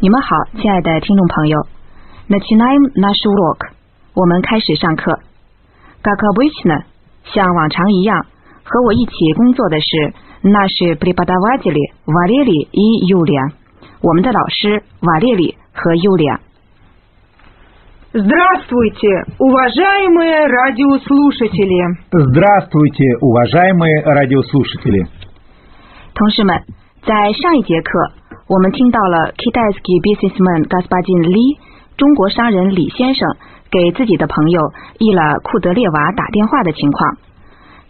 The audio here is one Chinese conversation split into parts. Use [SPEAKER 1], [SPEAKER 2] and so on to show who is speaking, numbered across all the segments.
[SPEAKER 1] 你们好，亲爱的听众朋友。Начинаем наш урок，我们开始上课。Как обычно，像往常一样，和我一起工作的是 наши преподаватели Валерий и Юлия，我们的老师瓦列里和 Юлия。
[SPEAKER 2] Здравствуйте, уважаемые радиослушатели!
[SPEAKER 3] Здравствуйте, уважаемые радиослушатели!
[SPEAKER 1] 同事们，在上一节课，我们听到了 Kitaisky businessman Gaspadin Li 中国商人李先生给自己的朋友伊拉库德列娃打电话的情况。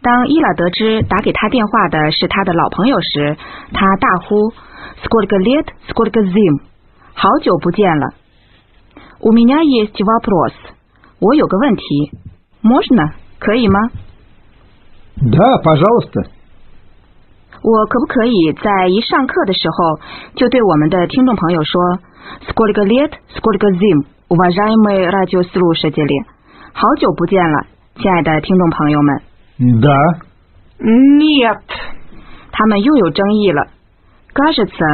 [SPEAKER 1] 当伊拉得知打给他电话的是他的老朋友时，他大呼 s k o l k лет, с к о л к зим，好久不见了。У меня есть вопрос，我有个问题，можно 可以吗？
[SPEAKER 3] Да, пожалуйста.
[SPEAKER 1] 我可不可以在一上课的时候就对我们的听众朋友说 s k o l k лет, с к о л к зим, уважаемые радиослушатели，好久不见了，亲爱的听众朋友们。
[SPEAKER 3] Да,
[SPEAKER 2] Нет,
[SPEAKER 1] 他们又有争议了。Кажется，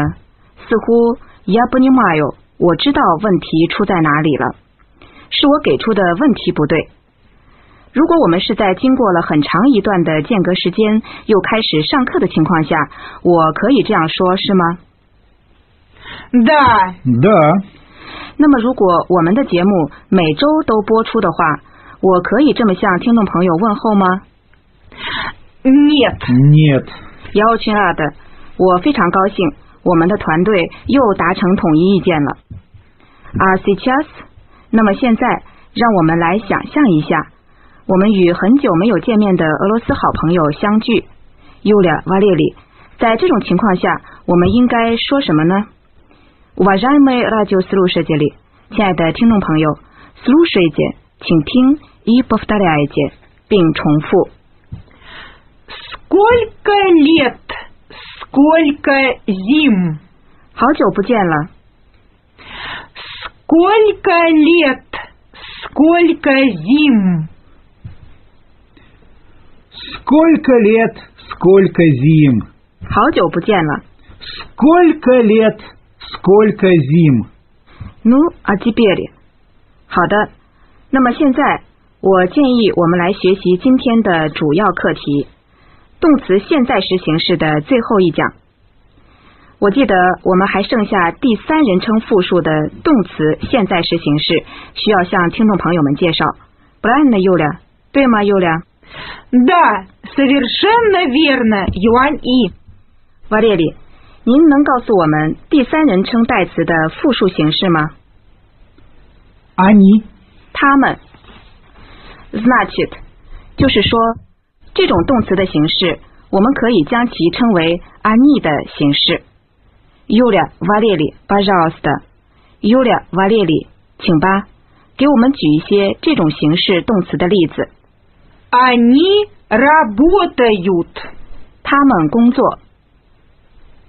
[SPEAKER 1] 似乎 я понимаю，我知道问题出在哪里了，是我给出的问题不对。如果我们是在经过了很长一段的间隔时间又开始上课的情况下，我可以这样说，是吗？
[SPEAKER 2] да,
[SPEAKER 3] да,
[SPEAKER 1] 那么，如果我们的节目每周都播出的话，我可以这么向听众朋友问候吗？
[SPEAKER 2] нет,
[SPEAKER 3] нет,
[SPEAKER 1] 姚群二的，我非常高兴，我们的团队又达成统一意见了。啊，сейчас，那么现在，让我们来想象一下，我们与很久没有见面的俄罗斯好朋友相聚。Yulia v a l e r i 在这种情况下，我们应该说什么呢 v a ž a j m y radioslушатели，亲爱的听众朋友 s l u ш а й т е 请听 и п о в т о р я й т е 并重复。
[SPEAKER 2] Сколько лет? Сколько зим?
[SPEAKER 1] 好久不见了。
[SPEAKER 2] Сколько лет? Сколько зим?
[SPEAKER 3] сколько лет, сколько зим,
[SPEAKER 1] 好久不见了。
[SPEAKER 3] сколько лет, сколько зим,
[SPEAKER 1] Ну, а теперь，好的。那么现在，我建议我们来学习今天的主要课题——动词现在时形式的最后一讲。我记得我们还剩下第三人称复数的动词现在时形式需要向听众朋友们介绍。b r a n 的 Yulia，对吗，Yulia？
[SPEAKER 2] Да, совершенно верно, Юань И.
[SPEAKER 1] 瓦列里，您能告诉我们第三人称代词的复数形式吗？
[SPEAKER 3] они,
[SPEAKER 1] 他们。Значит，就是说，这种动词的形式，我们可以将其称为 они 的形式。Yulia Valery b a j a s t y u l i a Valery，请吧，给我们举一些这种形式动词的例子。
[SPEAKER 2] Они работают.
[SPEAKER 1] 他们工作，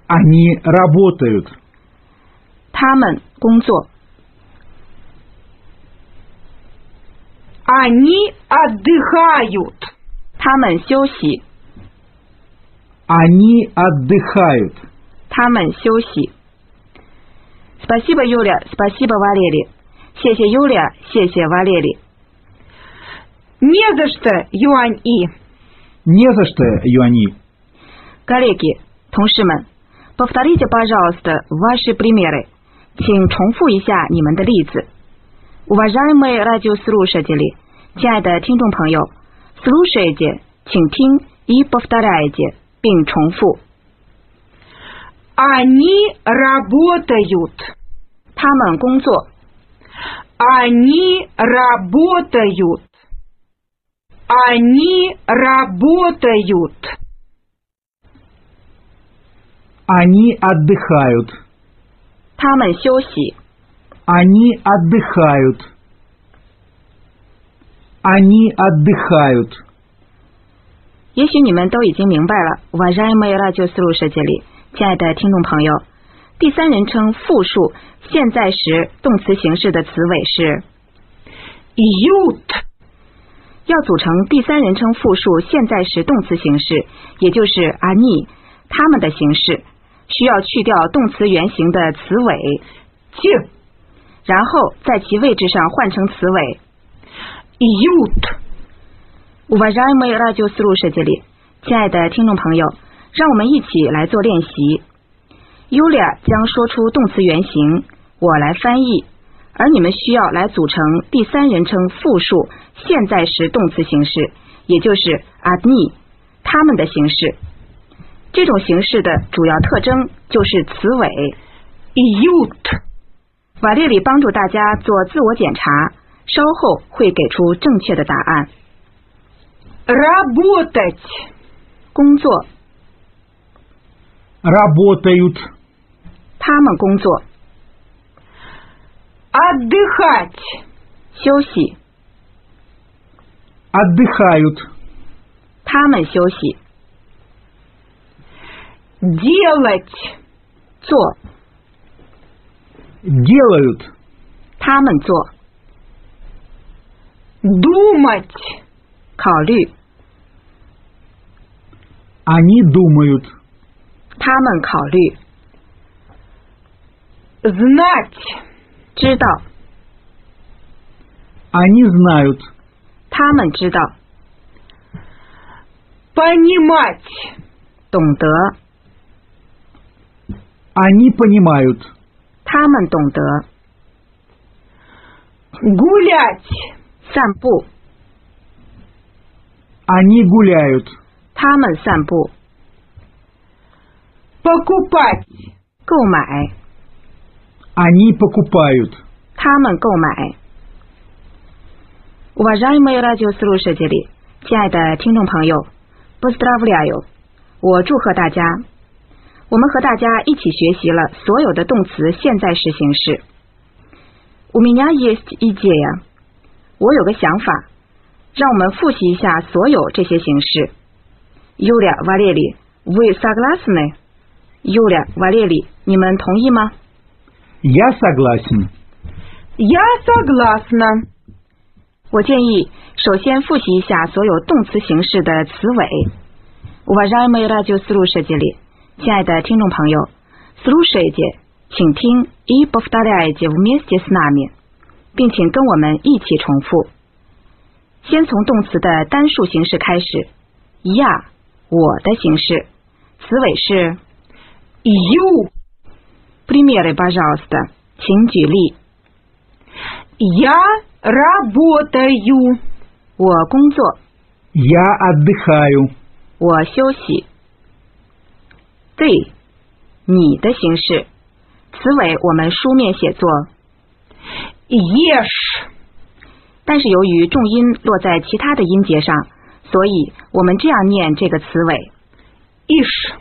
[SPEAKER 3] они работают,
[SPEAKER 1] 他们工作，
[SPEAKER 2] Они отдыхают.
[SPEAKER 1] 他们休息，
[SPEAKER 3] они отдыхают,
[SPEAKER 1] 他们休息。Спасибо, Юля. Спасибо, Валерий. 谢谢 Юля，谢谢 Валерий。
[SPEAKER 2] Не за что, Юань И.
[SPEAKER 3] не за что, Юани.
[SPEAKER 1] Коллеги，同事们，повторите, пожалуйста, ваши примеры，请重复一下你们的例子。Уважаемые радиослушатели，亲爱的听众朋友，слушайте，请听，и повторяйте，并重复。
[SPEAKER 2] Они работают.
[SPEAKER 1] 他们工作，
[SPEAKER 2] Они работают. Они работают.
[SPEAKER 3] Они отдыхают,
[SPEAKER 1] 他们休息，
[SPEAKER 3] Они отдыхают. Они отдыхают.
[SPEAKER 1] 也许你们都已经明白了，уважаемые радиослушатели，亲爱的听众朋友，第三人称复数现在时动词形式的词尾是
[SPEAKER 2] Ют.
[SPEAKER 1] 要组成第三人称复数现在时动词形式，也就是阿尼他们的形式，需要去掉动词原形的词尾，
[SPEAKER 2] Те.
[SPEAKER 1] 然后在其位置上换成词尾
[SPEAKER 2] Ют.
[SPEAKER 1] Уважаемые радиослушатели，亲爱的听众朋友，让我们一起来做练习。Yulia 将说出动词原形，我来翻译，而你们需要来组成第三人称复数现在时动词形式，也就是 adni 他们的形式。这种形式的主要特征就是词尾。
[SPEAKER 2] Ют.
[SPEAKER 1] 瓦列里帮助大家做自我检查，稍后会给出正确的答案。
[SPEAKER 2] Работать.
[SPEAKER 1] 工作，
[SPEAKER 3] Работают.
[SPEAKER 1] 他们工作，
[SPEAKER 2] Отдыхать.
[SPEAKER 1] 休息，
[SPEAKER 3] Отдыхают.
[SPEAKER 1] 他们休息，
[SPEAKER 2] Делать.
[SPEAKER 1] 做，
[SPEAKER 3] Делают.
[SPEAKER 1] 他们做，
[SPEAKER 2] Думать.
[SPEAKER 1] 考虑，
[SPEAKER 3] Они думают.
[SPEAKER 1] 他们考虑，
[SPEAKER 2] Знать.
[SPEAKER 1] 知道，
[SPEAKER 3] Они знают.
[SPEAKER 1] 他们知道，
[SPEAKER 2] Понимать.
[SPEAKER 1] 懂得，
[SPEAKER 3] Они понимают.
[SPEAKER 1] 他们懂得，
[SPEAKER 2] Гулять.
[SPEAKER 1] 散步，
[SPEAKER 3] Они гуляют.
[SPEAKER 1] 他们散步，
[SPEAKER 2] Покупать.
[SPEAKER 1] 购买，
[SPEAKER 3] Они покупают.
[SPEAKER 1] 他们购买。Уважаемые радиослушатели，亲爱的听众朋友，поздравляю，我祝贺大家。我们和大家一起学习了所有的动词现在时形式。У меня есть идея，我有个想法。让我们复习一下所有这些形式。Юля, Валерий, вы согласны? Юля, Валерий，你们同意吗？
[SPEAKER 3] Я согласен.
[SPEAKER 2] Я согласна.
[SPEAKER 1] 我建议首先复习一下所有动词形式的词尾。Уважаемые радиослушатели，亲爱的听众朋友，слушайте，请听и повторяйте вместе с нами，并请跟我们一起重复。先从动词的单数形式开始，я 我的形式，词尾是
[SPEAKER 2] Ю.
[SPEAKER 1] примеры, пожалуйста，请举例。
[SPEAKER 2] Я работаю.
[SPEAKER 1] 我工作，
[SPEAKER 3] Я отдыхаю.
[SPEAKER 1] 我休息。对，你的形式，词尾我们书面写作，
[SPEAKER 2] Ешь.
[SPEAKER 1] 但是由于重音落在其他的音节上，所以我们这样念这个词尾。
[SPEAKER 2] Ишь.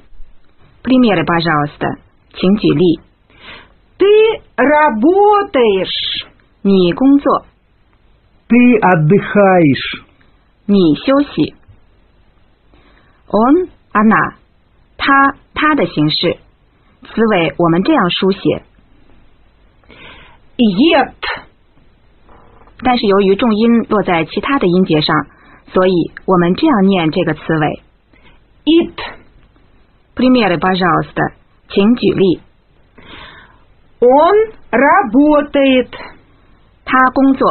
[SPEAKER 1] Примеры, пожалуйста，请举例。
[SPEAKER 2] Ты работаешь.
[SPEAKER 1] 你工作，
[SPEAKER 3] Ты отдыхаешь.
[SPEAKER 1] 你休息。Он, она，他，他的形式，词尾我们这样书写，
[SPEAKER 2] Ет.
[SPEAKER 1] 但是由于重音落在其他的音节上，所以我们这样念这个词尾。
[SPEAKER 2] Ит.
[SPEAKER 1] Примеры, пожалуйста，请举例。
[SPEAKER 2] Он работает.
[SPEAKER 1] 他工作，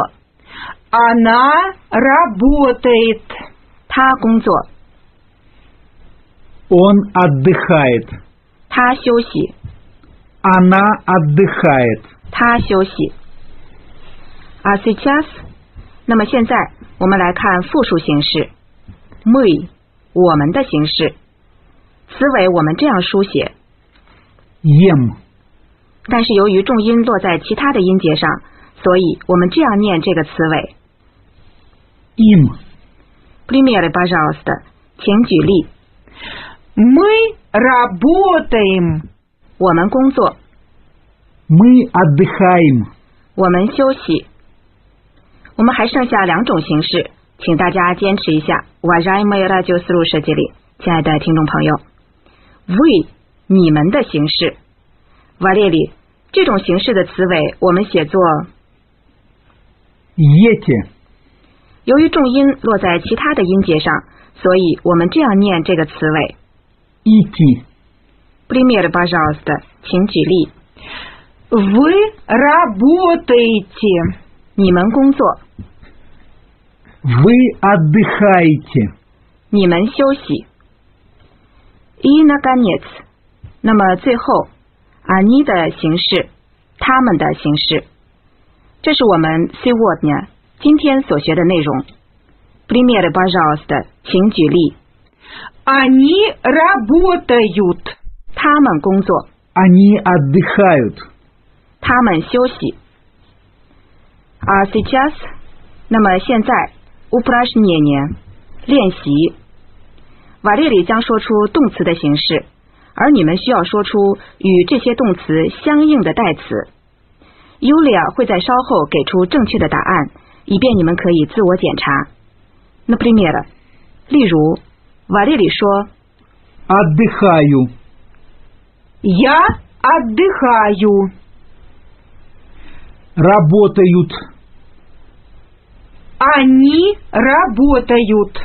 [SPEAKER 2] Она работает.
[SPEAKER 1] 他工作，
[SPEAKER 3] Он отдыхает.
[SPEAKER 1] 他休息，
[SPEAKER 3] Она отдыхает.
[SPEAKER 1] 他休息。А сейчас，那么现在我们来看复数形式，мы，我们的形式，词尾我们这样书写，
[SPEAKER 3] Ем.
[SPEAKER 1] 但是由于重音落在其他的音节上，所以我们这样念这个词尾。
[SPEAKER 3] Им.
[SPEAKER 1] Примеры, пожалуйста，请举例。
[SPEAKER 2] Мы работаем.
[SPEAKER 1] 我们工作，
[SPEAKER 3] Мы отдыхаем.
[SPEAKER 1] 我我们休息。我们还剩下两种形式，请大家坚持一下。Уважаемые радиослушатели，亲爱的听众朋友，вы 你们的形式，Валерий 这种形式的词尾我们写作，
[SPEAKER 3] ете,
[SPEAKER 1] 由于重音落在其他的音节上，所以我们这样念这个词尾。
[SPEAKER 3] идти,
[SPEAKER 1] Пример, пожалуйста，请举例。
[SPEAKER 2] Вы работаете.
[SPEAKER 1] 你们工作，
[SPEAKER 3] вы отдыхаете,
[SPEAKER 1] 你们休息。И наконец，那么最后，они 的形式，他们的形式，这是我们 сегодня 今天所学的内容。Пример, пожалуйста，请举例。
[SPEAKER 2] Они работают.
[SPEAKER 1] 他们工作，
[SPEAKER 3] они отдыхают.
[SPEAKER 1] 他们休息。А сейчас，那么现在，упражнение 练习。瓦列里将说出动词的形式，而你们需要说出与这些动词相应的代词。Yulia 会在稍后给出正确的答案，以便你们可以自我检查。Например，例如，瓦列里说
[SPEAKER 3] Отдыхаю,
[SPEAKER 2] Я отдыхаю.
[SPEAKER 3] работают,
[SPEAKER 2] Они работают.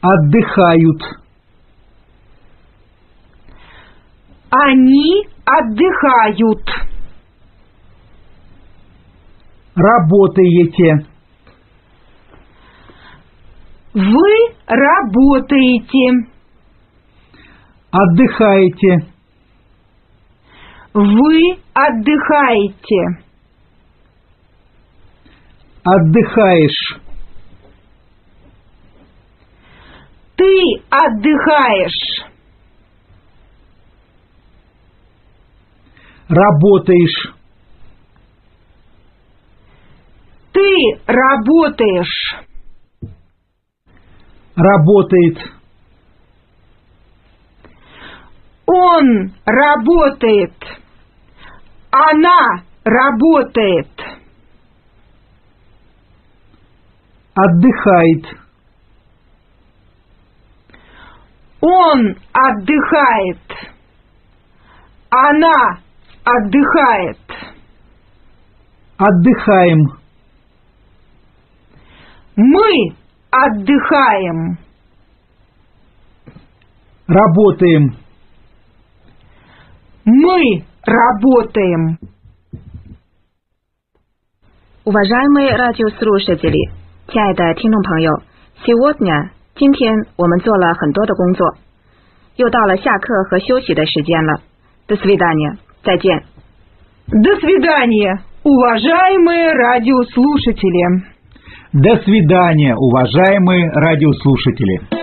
[SPEAKER 3] отдыхают,
[SPEAKER 2] Они отдыхают.
[SPEAKER 3] работаете,
[SPEAKER 2] Вы работаете.
[SPEAKER 3] отдыхаете,
[SPEAKER 2] Вы отдыхаете.
[SPEAKER 3] отдыхаешь,
[SPEAKER 2] Ты отдыхаешь.
[SPEAKER 3] работаешь,
[SPEAKER 2] Ты работаешь.
[SPEAKER 3] работает,
[SPEAKER 2] Он работает. Она работает.
[SPEAKER 3] отдыхает,
[SPEAKER 2] Он отдыхает. Она отдыхает.
[SPEAKER 3] отдыхаем,
[SPEAKER 2] Мы отдыхаем.
[SPEAKER 3] работаем,
[SPEAKER 2] Мы работаем.
[SPEAKER 1] Уважаемые радиослушатели，亲爱的听众朋友，сегодня 今天我们做了很多的工作，又到了下课和休息的时间了。До свидания，再见。
[SPEAKER 2] До свидания, уважаемые радиослушатели.
[SPEAKER 3] До свидания, уважаемые радиослушатели.